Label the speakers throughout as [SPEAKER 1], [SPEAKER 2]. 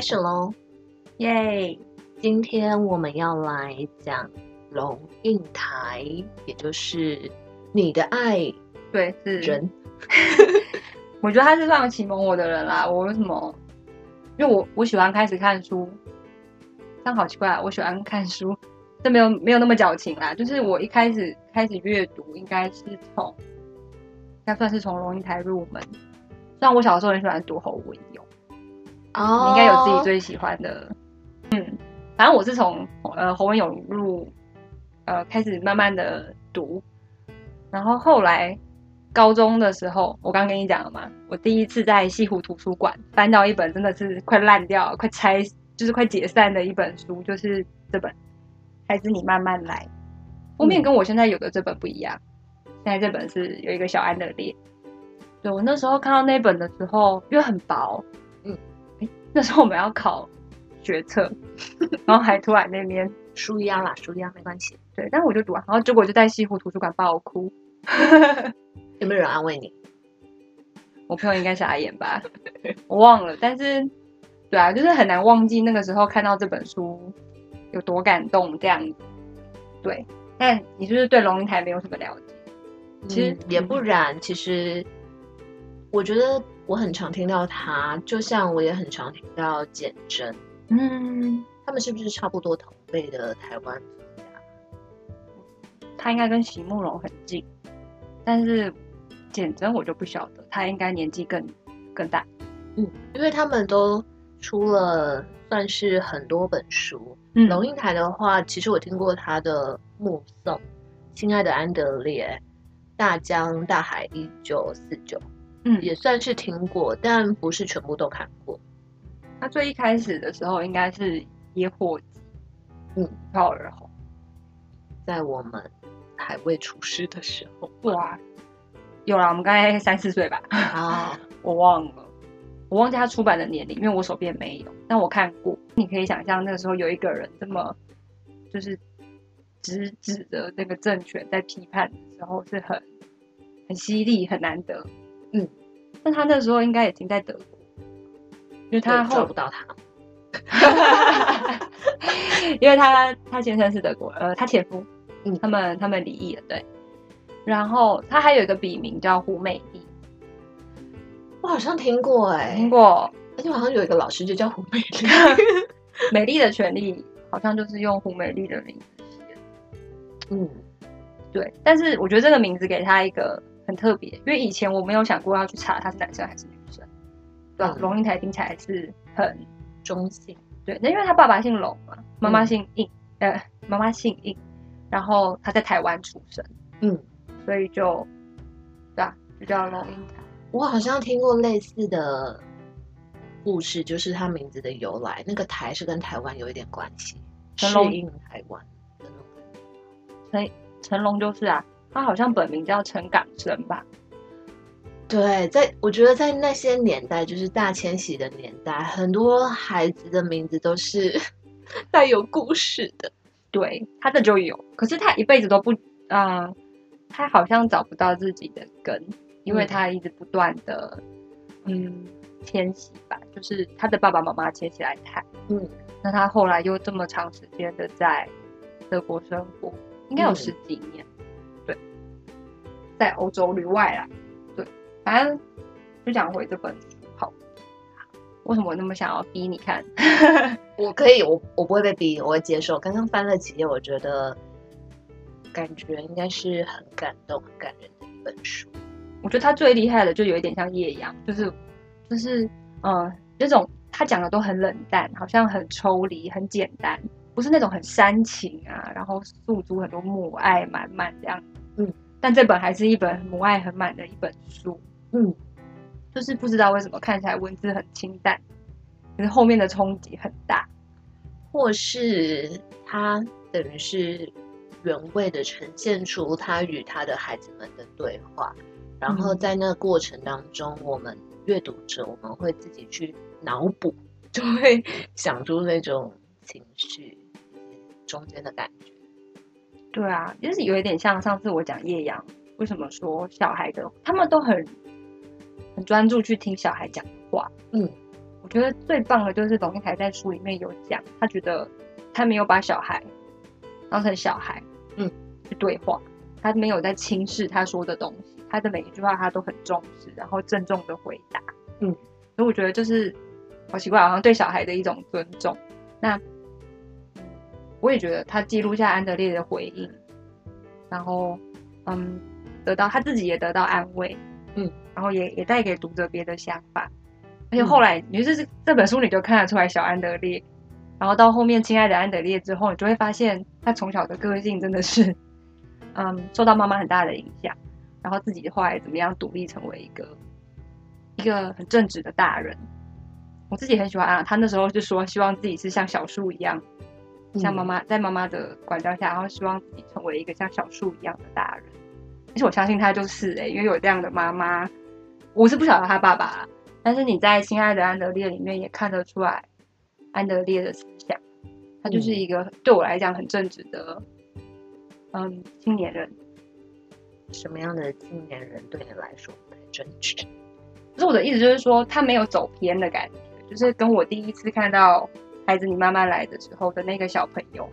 [SPEAKER 1] 始喽，耶！今天我们要来讲龙应台，也就是你的爱
[SPEAKER 2] 对，是
[SPEAKER 1] 人。
[SPEAKER 2] 我觉得他是算启蒙我的人啦。我为什么？因为我我喜欢开始看书，这样好奇怪、啊。我喜欢看书，这没有没有那么矫情啦。就是我一开始开始阅读，应该是从，应该算是从龙应台入门。虽然我小时候很喜欢读侯文咏，
[SPEAKER 1] 哦
[SPEAKER 2] 你应该有自己最喜欢的。嗯，反正我是从呃侯文咏入呃开始慢慢的读，然后后来高中的时候，我刚跟你讲了嘛，我第一次在西湖图书馆翻到一本真的是快烂掉了、快拆，就是快解散的一本书，就是这本《还是你慢慢来》。封面跟我现在有的这本不一样，现在这本是有一个小安的列。对我那时候看到那本的时候，因为很薄，
[SPEAKER 1] 嗯，
[SPEAKER 2] 诶那时候我们要考学测， 然后还突然那边
[SPEAKER 1] 舒压啦，舒压没关系。
[SPEAKER 2] 对，但是我就读完，然后结果就在西湖图书馆爆哭。
[SPEAKER 1] 有没有人安慰你？
[SPEAKER 2] 我朋友应该傻眼吧，我忘了。但是，对啊，就是很难忘记那个时候看到这本书有多感动这样子。对，但你就是对龙应台没有什么了解，其实
[SPEAKER 1] 嗯也不然，其实我觉得我很常听到他，就像我也很常听到简真，
[SPEAKER 2] 嗯，
[SPEAKER 1] 他们是不是差不多同辈的台湾作家？
[SPEAKER 2] 他应该跟席慕容很近，但是简真我就不晓得，他应该年纪更更大。
[SPEAKER 1] 嗯，因为他们都出了算是很多本书。
[SPEAKER 2] 嗯
[SPEAKER 1] 龙应台的话，其实我听过他的《目送》《亲爱的安德烈》《大江大海一九四九》，
[SPEAKER 2] 嗯，
[SPEAKER 1] 也算是听过，但不是全部都看过。
[SPEAKER 2] 他最一开始的时候应该是《野火集》，
[SPEAKER 1] 嗯，
[SPEAKER 2] 跳而红，
[SPEAKER 1] 在我们还未出师的时 候
[SPEAKER 2] 哇，有啦，我们刚才三四岁吧。
[SPEAKER 1] 啊，
[SPEAKER 2] 我忘了，我忘记他出版的年龄，因为我手边没有，但我看过。你可以想象那个时候有一个人这么，就是直指着那个政权在批判的时候是很很犀利、很难得。
[SPEAKER 1] 嗯，
[SPEAKER 2] 但他那时候应该已经在德国，因为他
[SPEAKER 1] 对抓
[SPEAKER 2] 后
[SPEAKER 1] 不到他。
[SPEAKER 2] 因为他他先生是德国，呃，他前夫，
[SPEAKER 1] 嗯
[SPEAKER 2] 他们他们离异了，对。然后他还有一个笔名叫胡美丽，
[SPEAKER 1] 我好像听过哎、
[SPEAKER 2] 听过
[SPEAKER 1] 而且我好像有一个老师就叫胡美丽。
[SPEAKER 2] 美丽的权利好像就是用胡美丽的名字写的，
[SPEAKER 1] 嗯，
[SPEAKER 2] 对。但是我觉得这个名字给他一个很特别，因为以前我没有想过要去查他是男生还是女生，对吧
[SPEAKER 1] 嗯？
[SPEAKER 2] 龙应台听起来是很
[SPEAKER 1] 中性。
[SPEAKER 2] 对，那因为他爸爸姓龙嘛，妈妈姓应，呃，妈妈姓应，然后他在台湾出生，
[SPEAKER 1] 嗯，
[SPEAKER 2] 所以就对啊，就叫龙应台。
[SPEAKER 1] 我好像听过类似的故事，就是它名字的由来，那个台是跟台湾有一点关系，
[SPEAKER 2] 成
[SPEAKER 1] 适
[SPEAKER 2] 龙
[SPEAKER 1] 应台湾的那种感觉。
[SPEAKER 2] 成龙就是啊，他好像本名叫陈港生吧？
[SPEAKER 1] 对，在我觉得在那些年代，就是大迁徙的年代，很多孩子的名字都是 带有故事的。
[SPEAKER 2] 对，他这就有，可是他一辈子都不，嗯、他好像找不到自己的根，因
[SPEAKER 1] 嗯
[SPEAKER 2] 为他一直不断的，嗯，迁徙吧，就是他的爸爸妈妈迁徙来台，
[SPEAKER 1] 嗯，
[SPEAKER 2] 那他后来又这么长时间的在德国生活，应该有
[SPEAKER 1] 嗯
[SPEAKER 2] 十几年，对，在欧洲旅外啦，对，反正就讲回这本书好，为什么我那么想要逼你看？
[SPEAKER 1] 我可以，我我不会被逼，我会接受。刚刚翻了几页，我觉得感觉应该是很感动、很感人的一本书。
[SPEAKER 2] 我觉得他最厉害的就有一点像叶阳，就是就是呃那种他讲的都很冷淡，好像很抽离、很简单，不是那种很煽情啊，然后诉诸很多母爱满满这样。
[SPEAKER 1] 嗯，
[SPEAKER 2] 但这本还是一本母爱很满的一本书，
[SPEAKER 1] 嗯，
[SPEAKER 2] 就是不知道为什么看起来文字很清淡，可是后面的冲击很大。
[SPEAKER 1] 或是他等于是原味的呈现出他与他的孩子们的对话，然后
[SPEAKER 2] 嗯
[SPEAKER 1] 在那个过程当中，我们阅读者我们会自己去脑补，就会想出那种情绪中间的感觉。
[SPEAKER 2] 对啊，就是有一点像上次我讲叶阳，为什么说小孩的他们都很很专注去听小孩讲话。
[SPEAKER 1] 嗯，
[SPEAKER 2] 我觉得最棒的就是董一凯在书里面有讲，他觉得他没有把小孩当成小孩，
[SPEAKER 1] 嗯，
[SPEAKER 2] 去对话，他没有在轻视他说的东西，他的每一句话他都很重视，然后郑重的回答，
[SPEAKER 1] 嗯，
[SPEAKER 2] 所以我觉得就是好奇怪，好像对小孩的一种尊重。那我也觉得他记录下安德烈的回应，然后嗯，得到他自己也得到安慰，
[SPEAKER 1] 嗯，
[SPEAKER 2] 然后也也带给读者别的想法。而且
[SPEAKER 1] 嗯
[SPEAKER 2] 后来，你就是这本书你就看得出来小安德烈，然后到后面《亲爱的安德烈》之后，你就会发现他从小的个性真的是， 嗯，受到妈妈很大的影响，然后自己后来怎么样独立成为一个一个很正直的大人。我自己很喜欢啊，他那时候就说希望自己是像小树一样，像妈
[SPEAKER 1] 嗯
[SPEAKER 2] 妈在妈妈的管教下，然后希望自己成为一个像小树一样的大人。其实我相信他就是哎、因为有这样的妈妈，我是不晓得他爸爸啦，但是你在《亲爱的安德烈》里面也看得出来安德烈的思想，他就是
[SPEAKER 1] 嗯
[SPEAKER 2] 一个、对我来讲很正直的，嗯，青年人。
[SPEAKER 1] 什么样的青年人对你来说才正直？
[SPEAKER 2] 可是我的意思就是说，他没有走偏的感觉，就是跟我第一次看到《孩子，你慢慢来》的时候的那个小朋友，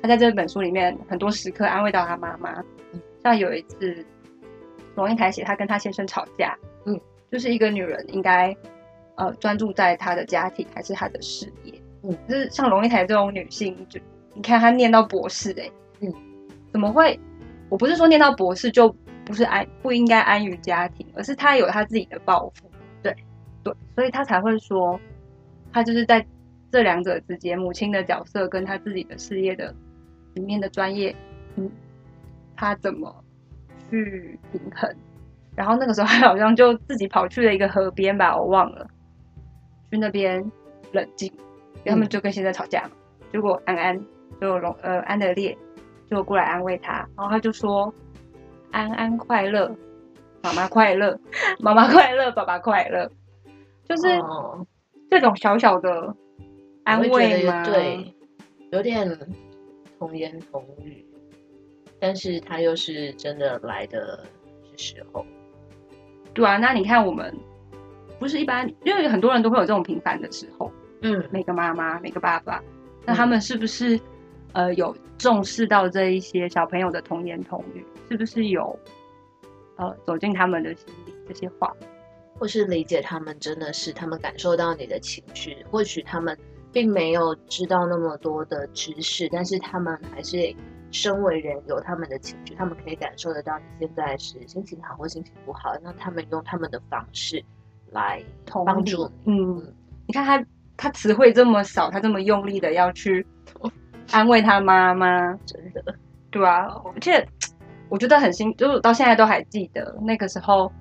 [SPEAKER 2] 他在这本书里面很多时刻安慰到他妈妈
[SPEAKER 1] 嗯。
[SPEAKER 2] 像有一次，龙应台写他跟他先生吵架，
[SPEAKER 1] 嗯，
[SPEAKER 2] 就是一个女人应该呃专注在她的家庭还是她的事业，
[SPEAKER 1] 嗯，
[SPEAKER 2] 就是像龙应台这种女性，就你看她念到博士、欸，
[SPEAKER 1] 嗯，
[SPEAKER 2] 怎么会？我不是说念到博士就不是安不应该安于家庭，而是她有她自己的抱负。对，所以他才会说，他就是在这两者之间，母亲的角色跟他自己的事业的里面的专业，嗯，他怎么去平衡？然后那个时候他好像就自己跑去了一个河边吧，我忘了，去那边冷静，因为他们
[SPEAKER 1] 嗯
[SPEAKER 2] 就跟现在吵架嘛。结果安安就龙呃安德烈就过来安慰他，然后他就说：“安安快乐，妈妈快乐，妈妈快乐，爸爸快乐。”就是
[SPEAKER 1] 哦
[SPEAKER 2] 这种小小的安
[SPEAKER 1] 我会觉得
[SPEAKER 2] 慰
[SPEAKER 1] 有
[SPEAKER 2] 吗？
[SPEAKER 1] 对，有点童言童语，但是他又是真的来的是时候。
[SPEAKER 2] 对啊，那你看我们不是一般，因为很多人都会有这种平凡的时候，
[SPEAKER 1] 嗯，
[SPEAKER 2] 每个妈妈、每个爸爸，那他们是不是、呃有重视到这一些小朋友的童言童语？是不是有呃走进他们的心里这些话？
[SPEAKER 1] 或是理解他们真的是他们感受到你的情绪，或许他们并没有知道那么多的知识，但是他们还是身为人有他们的情绪，他们可以感受得到你现在是心情好或心情不好，那他们用他们的方式来
[SPEAKER 2] 同
[SPEAKER 1] 帮
[SPEAKER 2] 理
[SPEAKER 1] 助你。
[SPEAKER 2] 嗯
[SPEAKER 1] 嗯，
[SPEAKER 2] 你看他他词汇这么少，他这么用力的要去安慰他妈妈，
[SPEAKER 1] 真的，
[SPEAKER 2] 对啊，而且我觉得很新，就是我到现在都还记得那个时候，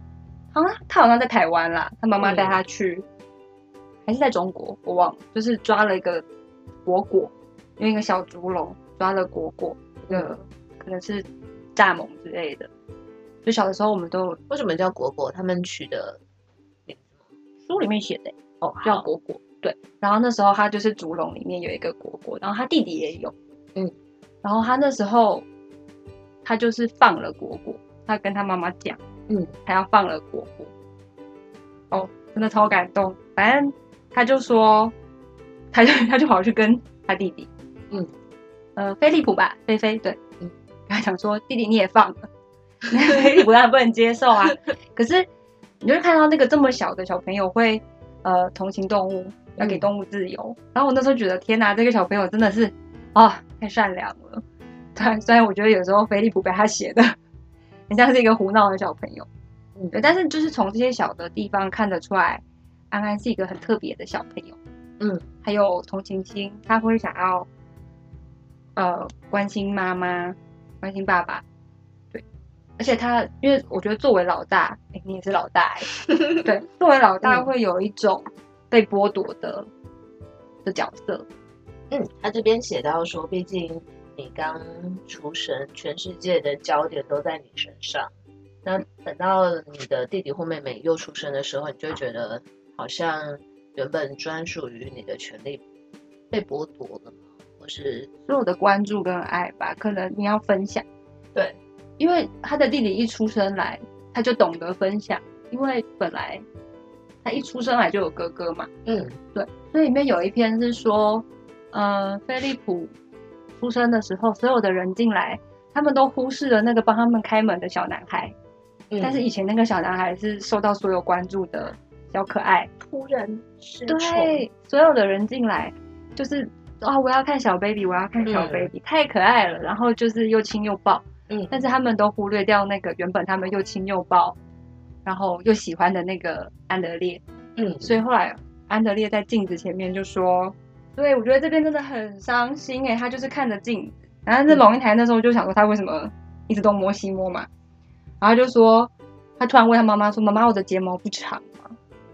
[SPEAKER 2] 好像他好像在台湾啦，他妈妈
[SPEAKER 1] 嗯
[SPEAKER 2] 带他去，还是在中国，我忘了，就是抓了一个果果，用一个小竹笼抓了果果，一个可能是蚱蜢之类的。就小的时候我们都有
[SPEAKER 1] 为什么叫果果？他们取的名字吗
[SPEAKER 2] 书里面写的、欸
[SPEAKER 1] 哦，
[SPEAKER 2] 叫
[SPEAKER 1] 好
[SPEAKER 2] 果果。对，然后那时候他就是竹笼里面有一个果果，然后他弟弟也有，
[SPEAKER 1] 嗯，
[SPEAKER 2] 然后他那时候他就是放了果果，他跟他妈妈讲，
[SPEAKER 1] 嗯，
[SPEAKER 2] 他要放了果果，哦，真的超感动。反正他就说，他就 他就跑去跟他弟弟，
[SPEAKER 1] 嗯，
[SPEAKER 2] 呃，飞利浦吧，菲菲，对，
[SPEAKER 1] 嗯，
[SPEAKER 2] 跟他讲说，弟弟你也放了，飞利浦 当然不能接受啊，可是你就会看到那个这么小的小朋友会呃同情动物，要给
[SPEAKER 1] 嗯
[SPEAKER 2] 动物自由。然后我那时候觉得，天哪，这个小朋友真的是啊，太善良了。对，虽然我觉得有时候菲利普被他写的 很像是一个胡闹的小朋友，
[SPEAKER 1] 嗯
[SPEAKER 2] 对，但是就是从这些小的地方看得出来，安安是一个很特别的小朋友。
[SPEAKER 1] 嗯，
[SPEAKER 2] 还有同情心，他会想要呃关心妈妈，关心爸爸，对。而且他，因为我觉得作为老大，诶你也是老大、 诶对，作为老大
[SPEAKER 1] 嗯
[SPEAKER 2] 会有一种被剥夺的的角色，
[SPEAKER 1] 嗯，他这边写到说，毕竟你刚出生，全世界的焦点都在你身上。那等到你的弟弟或妹妹又出生的时候，你就会觉得好像原本专属于你的权利被剥夺了嘛，或是
[SPEAKER 2] 所有的关注跟爱吧，可能你要分享。
[SPEAKER 1] 对，
[SPEAKER 2] 因为他的弟弟一出生来，他就懂得分享，因为本来他一出生来就有哥哥嘛。
[SPEAKER 1] 嗯
[SPEAKER 2] 所以里面有一篇是说，呃，菲利普出生的时候，所有的人进来，他们都忽视了那个帮他们开门的小男孩。
[SPEAKER 1] 嗯，
[SPEAKER 2] 但是以前那个小男孩是受到所有关注的小可爱。
[SPEAKER 1] 突然失宠，
[SPEAKER 2] 对，所有的人进来就是啊、我要看小 baby，我要看小
[SPEAKER 1] 嗯
[SPEAKER 2] baby，、太可爱了。然后就是又亲又抱，
[SPEAKER 1] 嗯
[SPEAKER 2] 但是他们都忽略掉那个原本他们又亲又抱，然后又喜欢的那个安德烈。
[SPEAKER 1] 嗯，
[SPEAKER 2] 所以后来安德烈在镜子前面就说：“对，我觉得这边真的很伤心欸诶、他就是看着镜子。”然后那龙应台那时候就想说他为什么一直东摸西摸嘛，然后就说他突然问他妈妈说：“妈妈，我的睫毛不长吗？”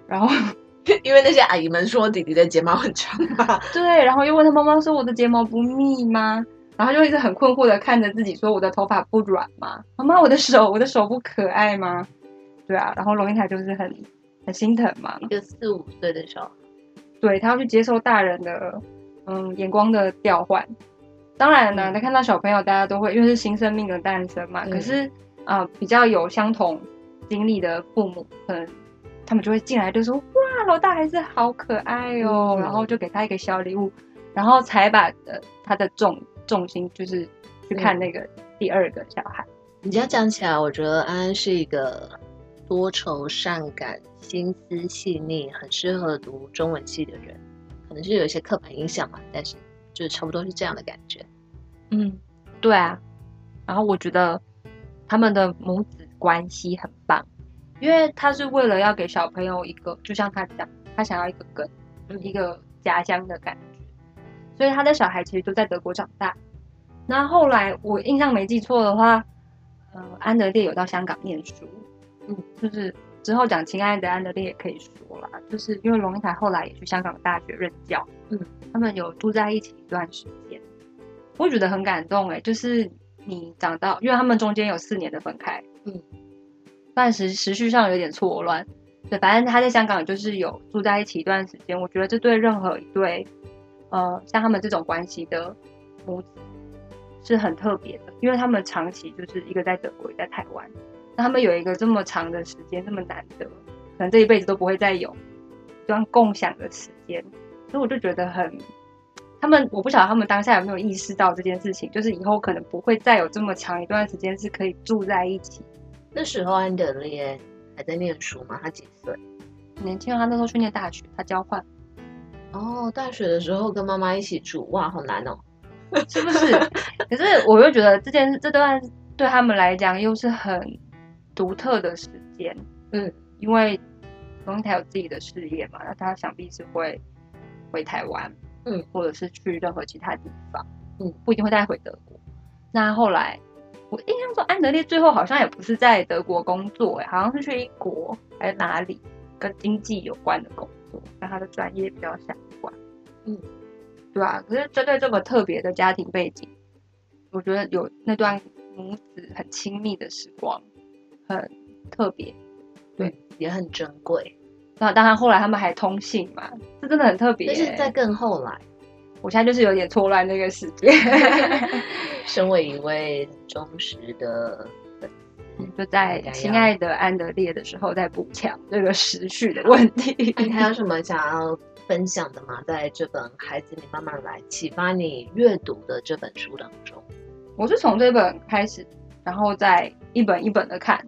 [SPEAKER 2] 然后
[SPEAKER 1] 因为那些阿姨们说弟弟的睫毛很长嘛，
[SPEAKER 2] 对，然后又问他妈妈说：“我的睫毛不密吗？”然后就一直很困惑的看着自己说：“我的头发不软吗？妈妈，我的手，我的手不可爱吗？”对啊，然后龙应台就是很很心疼嘛，
[SPEAKER 1] 一个四五岁的小孩，
[SPEAKER 2] 对他要去接受大人的嗯眼光的调换。当然呢，
[SPEAKER 1] 嗯
[SPEAKER 2] 他看到小朋友，大家都会因为是新生命的诞生嘛。
[SPEAKER 1] 嗯
[SPEAKER 2] 可是啊、呃比较有相同经历的父母，可能他们就会进来就说：“哇，老大还是好可爱哦。
[SPEAKER 1] 嗯
[SPEAKER 2] 然后就给他一个小礼物，然后才把呃他的重重心就是去看
[SPEAKER 1] 嗯
[SPEAKER 2] 那个第二个小孩。
[SPEAKER 1] 你这样讲起来，我觉得安安是一个多愁善感、心思细腻，很适合读中文系的人。可能是有一些刻板印象吧，但是就差不多是这样的感觉。
[SPEAKER 2] 嗯，对啊。然后我觉得他们的母子关系很棒，因为他是为了要给小朋友一个，就像他讲，他想要一个根，
[SPEAKER 1] 嗯
[SPEAKER 2] 一个家乡的感觉。所以他的小孩其实都在德国长大。那后来我印象没记错的话，呃，安德烈有到香港念书，
[SPEAKER 1] 嗯，
[SPEAKER 2] 就是之后讲《亲爱的安德烈》也可以说啦，就是因为龙应台后来也去香港大学任教，
[SPEAKER 1] 嗯，
[SPEAKER 2] 他们有住在一起一段时间。我觉得很感动哎、就是你长到，因为他们中间有四年的分开，
[SPEAKER 1] 嗯，
[SPEAKER 2] 但时时序上有点错乱。对，反正他在香港就是有住在一起一段时间，我觉得这对任何一对，呃，像他们这种关系的母子是很特别的，因为他们长期就是一个在德国，一个在台湾，那他们有一个这么长的时间，这么难得，可能这一辈子都不会再有这样共享的时间，所以我就觉得很，他们我不晓得他们当下有没有意识到这件事情，就是以后可能不会再有这么长一段时间是可以住在一起。
[SPEAKER 1] 那时候安德烈还在念书嘛，他几岁？
[SPEAKER 2] 年轻人啊他那时候去念大学，他交换
[SPEAKER 1] 哦，大学的时候跟妈妈一起住，哇，好难哦。
[SPEAKER 2] 是不是？可是我又觉得这件事这段对他们来讲又是很独特的时间，
[SPEAKER 1] 嗯，
[SPEAKER 2] 因为龙应台有自己的事业嘛，那他想必是会回台湾，
[SPEAKER 1] 嗯，
[SPEAKER 2] 或者是去任何其他地方，
[SPEAKER 1] 嗯，
[SPEAKER 2] 不一定会再回德国。那后来我印象中安德烈最后好像也不是在德国工作、哎，好像是去英国还是哪里跟经济有关的工作，跟他的专业比较相关，
[SPEAKER 1] 嗯，
[SPEAKER 2] 对啊。可是针对这么特别的家庭背景，我觉得有那段母子很亲密的时光，很特别。
[SPEAKER 1] 对，也很珍贵。
[SPEAKER 2] 那当然，后来他们还通信嘛，这真的很特别、
[SPEAKER 1] 但
[SPEAKER 2] 欸。
[SPEAKER 1] 是在更后来，
[SPEAKER 2] 我现在就是有点错乱这个世 界，
[SPEAKER 1] 身为一位忠实的粉丝，
[SPEAKER 2] 就在
[SPEAKER 1] 应该要
[SPEAKER 2] 亲爱的安德烈的时候在补强这个时序的问题。
[SPEAKER 1] 那你还有什么想要分享的吗？在这本《孩子，你慢慢来》启发你阅读的这本书当中，
[SPEAKER 2] 我是从这本开始，然后再一本一本的看。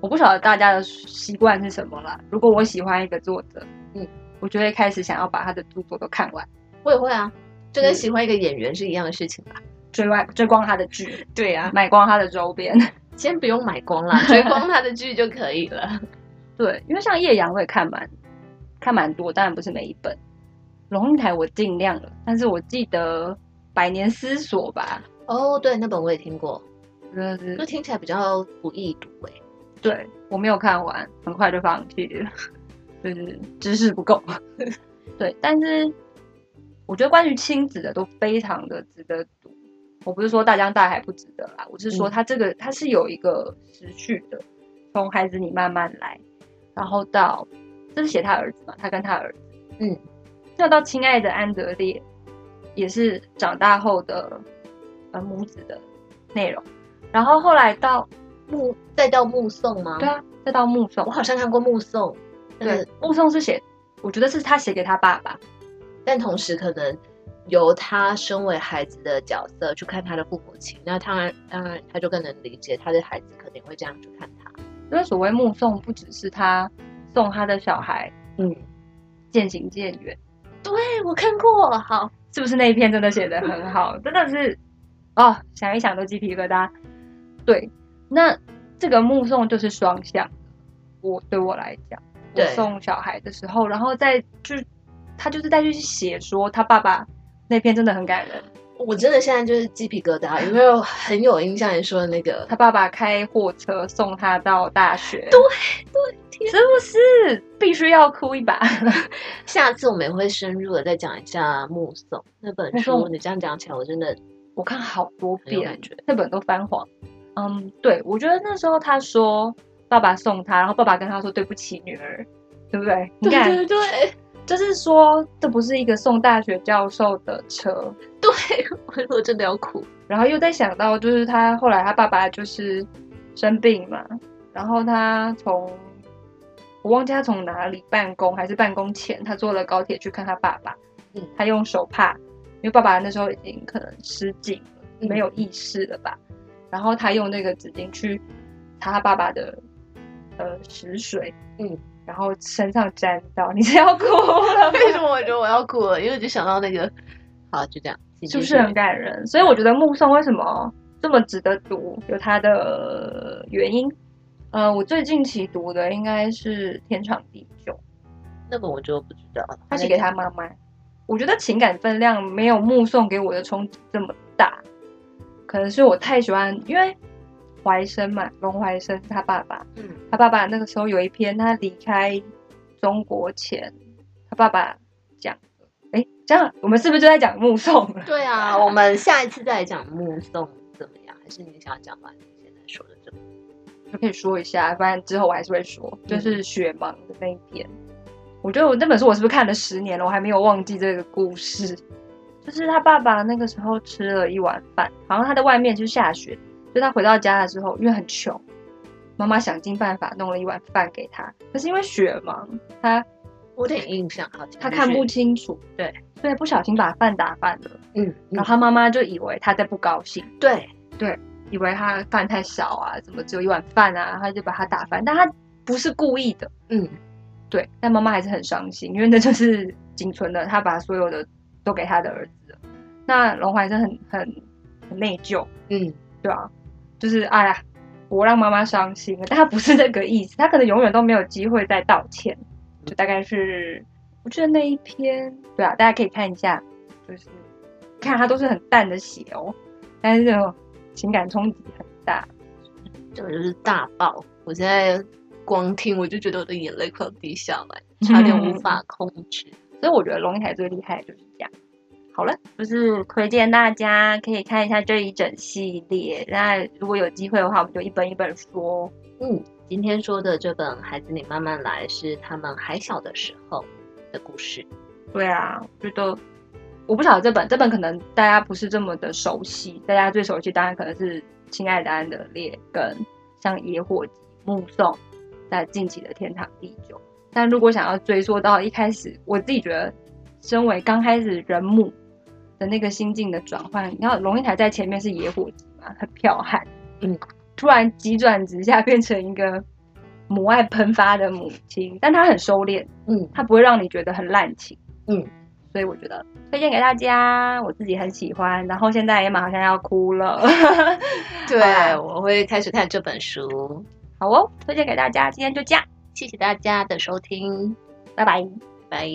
[SPEAKER 2] 我不晓得大家的习惯是什么啦。如果我喜欢一个作者，
[SPEAKER 1] 嗯，
[SPEAKER 2] 我就会开始想要把他的著作都看完，
[SPEAKER 1] 我也会啊，这跟
[SPEAKER 2] 嗯
[SPEAKER 1] 喜欢一个演员是一样的事情吧？
[SPEAKER 2] 追完追光他的剧，
[SPEAKER 1] 对啊呀、
[SPEAKER 2] 买光他的周边。
[SPEAKER 1] 先不用买光 啦，追光他的剧就可以了。
[SPEAKER 2] 对，因为像叶阳我也看蛮看蛮多，当然不是每一本。龙应台我尽量了，但是我记得《百年思索》吧，
[SPEAKER 1] 哦，对，那本我也听过，
[SPEAKER 2] 我觉得是
[SPEAKER 1] 就听起来比较不易读诶、
[SPEAKER 2] 对我没有看完，很快就放弃了，就是知识不够。 对，但是我觉得关于亲子的都非常的值得读。我不是说大江大海不值得啦，我是说
[SPEAKER 1] 嗯
[SPEAKER 2] 它这个、它是有一个时序的，从孩子你慢慢来，然后到这是写他儿子嘛，他跟他儿子，
[SPEAKER 1] 嗯，
[SPEAKER 2] 再到亲爱的安德烈，也是长大后的呃母子的内容，然后后来到
[SPEAKER 1] 目再到目送吗？
[SPEAKER 2] 对啊，再到目送
[SPEAKER 1] 我，好像看过目送，但
[SPEAKER 2] 对
[SPEAKER 1] 是，
[SPEAKER 2] 目送是写，我觉得是他写给他爸爸。
[SPEAKER 1] 但同时可能由他身为孩子的角色去看他的父母亲，那他当然他就更能理解他的孩子肯定会这样去看他。
[SPEAKER 2] 因为所谓目送，不只是他送他的小孩
[SPEAKER 1] 嗯，
[SPEAKER 2] 渐行渐远，哎
[SPEAKER 1] 对我看过，好，
[SPEAKER 2] 是不是那一篇真的写的很好？真的是，哦，想一想都鸡皮疙瘩。对，那这个目送就是双向的，我对我来讲，我
[SPEAKER 1] 对
[SPEAKER 2] 送小孩的时候，然后再就是他就是再去写说他爸爸那篇真的很感人，
[SPEAKER 1] 我真的现在就是鸡皮疙瘩，因为我很有印象你说的那个
[SPEAKER 2] 他爸爸开货车送他到大学，对对，是不是必须要哭一把？
[SPEAKER 1] 下次我们也会深入的再讲一下《目送》那本
[SPEAKER 2] 目
[SPEAKER 1] 书。
[SPEAKER 2] 送
[SPEAKER 1] 你这样讲起来，我真的
[SPEAKER 2] 我看好多
[SPEAKER 1] 很有
[SPEAKER 2] 遍
[SPEAKER 1] 感觉，
[SPEAKER 2] 那本都翻黄。嗯，对，我觉得那时候他说爸爸送他，然后爸爸跟他说对不起女儿，对不对？你看，
[SPEAKER 1] 对对
[SPEAKER 2] 就是说这不是一个送大学教授的车，
[SPEAKER 1] 对， 我我真的要 哭。
[SPEAKER 2] 然后又在想到就是他后来他爸爸就是生病嘛，然后他从我忘记他从哪里办公还是办公前，他坐了高铁去看他爸爸，
[SPEAKER 1] 嗯
[SPEAKER 2] 他用手帕，因为爸爸那时候已经可能失禁了，
[SPEAKER 1] 嗯
[SPEAKER 2] 没有意识了吧，然后他用那个纸巾去擦他爸爸的呃食水，
[SPEAKER 1] 嗯，
[SPEAKER 2] 然后身上沾到，你是要哭了吗？
[SPEAKER 1] 为什么我觉得我要哭了？因为我就想到那个，好，就这样，请
[SPEAKER 2] 是不
[SPEAKER 1] 继
[SPEAKER 2] 是
[SPEAKER 1] 续
[SPEAKER 2] 很感人？所以我觉得《目送》为什么这么值得读，有它的原因。呃，我最近期读的应该是《天长地久》，
[SPEAKER 1] 那本我就不知道了。
[SPEAKER 2] 他写给他妈妈。我觉得情感分量没有《目送》给我的冲击这么大，可能是我太喜欢，因为怀生嘛，龙怀生是他爸爸，
[SPEAKER 1] 嗯，
[SPEAKER 2] 他爸爸那个时候有一篇他离开中国前，他爸爸讲的，哎，这样我们是不是就在讲《目送》了？
[SPEAKER 1] 对啊，我们下一次再讲《目送》怎么样？还是你想要讲完你现在说的这个？
[SPEAKER 2] 就可以说一下，不然之后我还是会说，
[SPEAKER 1] 嗯
[SPEAKER 2] 就是雪盲的那一篇。我觉得我那本书我是不是看了十年了，我还没有忘记这个故事。就是他爸爸那个时候吃了一碗饭，好像他在外面就下雪，就他回到家了之后，因为很穷，妈妈想尽办法弄了一碗饭给他，可是因为雪盲，他
[SPEAKER 1] 我有点印象，好，请
[SPEAKER 2] 他
[SPEAKER 1] 继
[SPEAKER 2] 看
[SPEAKER 1] 续
[SPEAKER 2] 不清楚，
[SPEAKER 1] 对，
[SPEAKER 2] 所以不小心把饭打翻了，
[SPEAKER 1] 嗯，
[SPEAKER 2] 然
[SPEAKER 1] 嗯
[SPEAKER 2] 后他妈妈就以为他在不高兴。
[SPEAKER 1] 对，
[SPEAKER 2] 以为他饭太少啊，怎么只有一碗饭啊，他就把他打翻，但他不是故意的，
[SPEAKER 1] 嗯，
[SPEAKER 2] 对，但妈妈还是很伤心，因为那就是仅存的，他把所有的都给他的儿子了。那龙怀生很很很内疚，
[SPEAKER 1] 嗯，
[SPEAKER 2] 对啊，就是哎呀，我让妈妈伤心了，但他不是这个意思，他可能永远都没有机会再道歉，就大概是，我记得那一篇，对啊，大家可以看一下，就是看他都是很淡的写哦，但是这种情感冲击很大，
[SPEAKER 1] 这个就是大爆。我现在光听我就觉得我的眼泪快要滴下来，差点无法控制。
[SPEAKER 2] 所以我觉得龙应台最厉害的就是这样。好了，就是推荐大家可以看一下这一整系列。那如果有机会的话，我们就一本一本说。哦
[SPEAKER 1] 嗯，今天说的这本《孩子，你慢慢来》是他们还小的时候的故事。
[SPEAKER 2] 对啊，我觉得我不晓得这本，这本可能大家不是这么的熟悉，大家最熟悉当然可能是《亲爱的安德烈》跟像《野火集》《目送》在近期的《天长地久》，但如果想要追溯到一开始，我自己觉得，身为刚开始人母的那个心境的转换，你看龙应台在前面是《野火集》嘛，很剽悍，
[SPEAKER 1] 嗯，
[SPEAKER 2] 突然急转直下变成一个母爱喷发的母亲，但她很收敛，
[SPEAKER 1] 嗯，
[SPEAKER 2] 它不会让你觉得很滥情。
[SPEAKER 1] 嗯，
[SPEAKER 2] 所以我觉得推荐给大家，我自己很喜欢。然后现在也马上要哭了，
[SPEAKER 1] 对
[SPEAKER 2] 好啦
[SPEAKER 1] 我会开始看这本书。
[SPEAKER 2] 好哦，推荐给大家，今天就这样，
[SPEAKER 1] 谢谢大家的收听，
[SPEAKER 2] 拜拜。
[SPEAKER 1] 拜。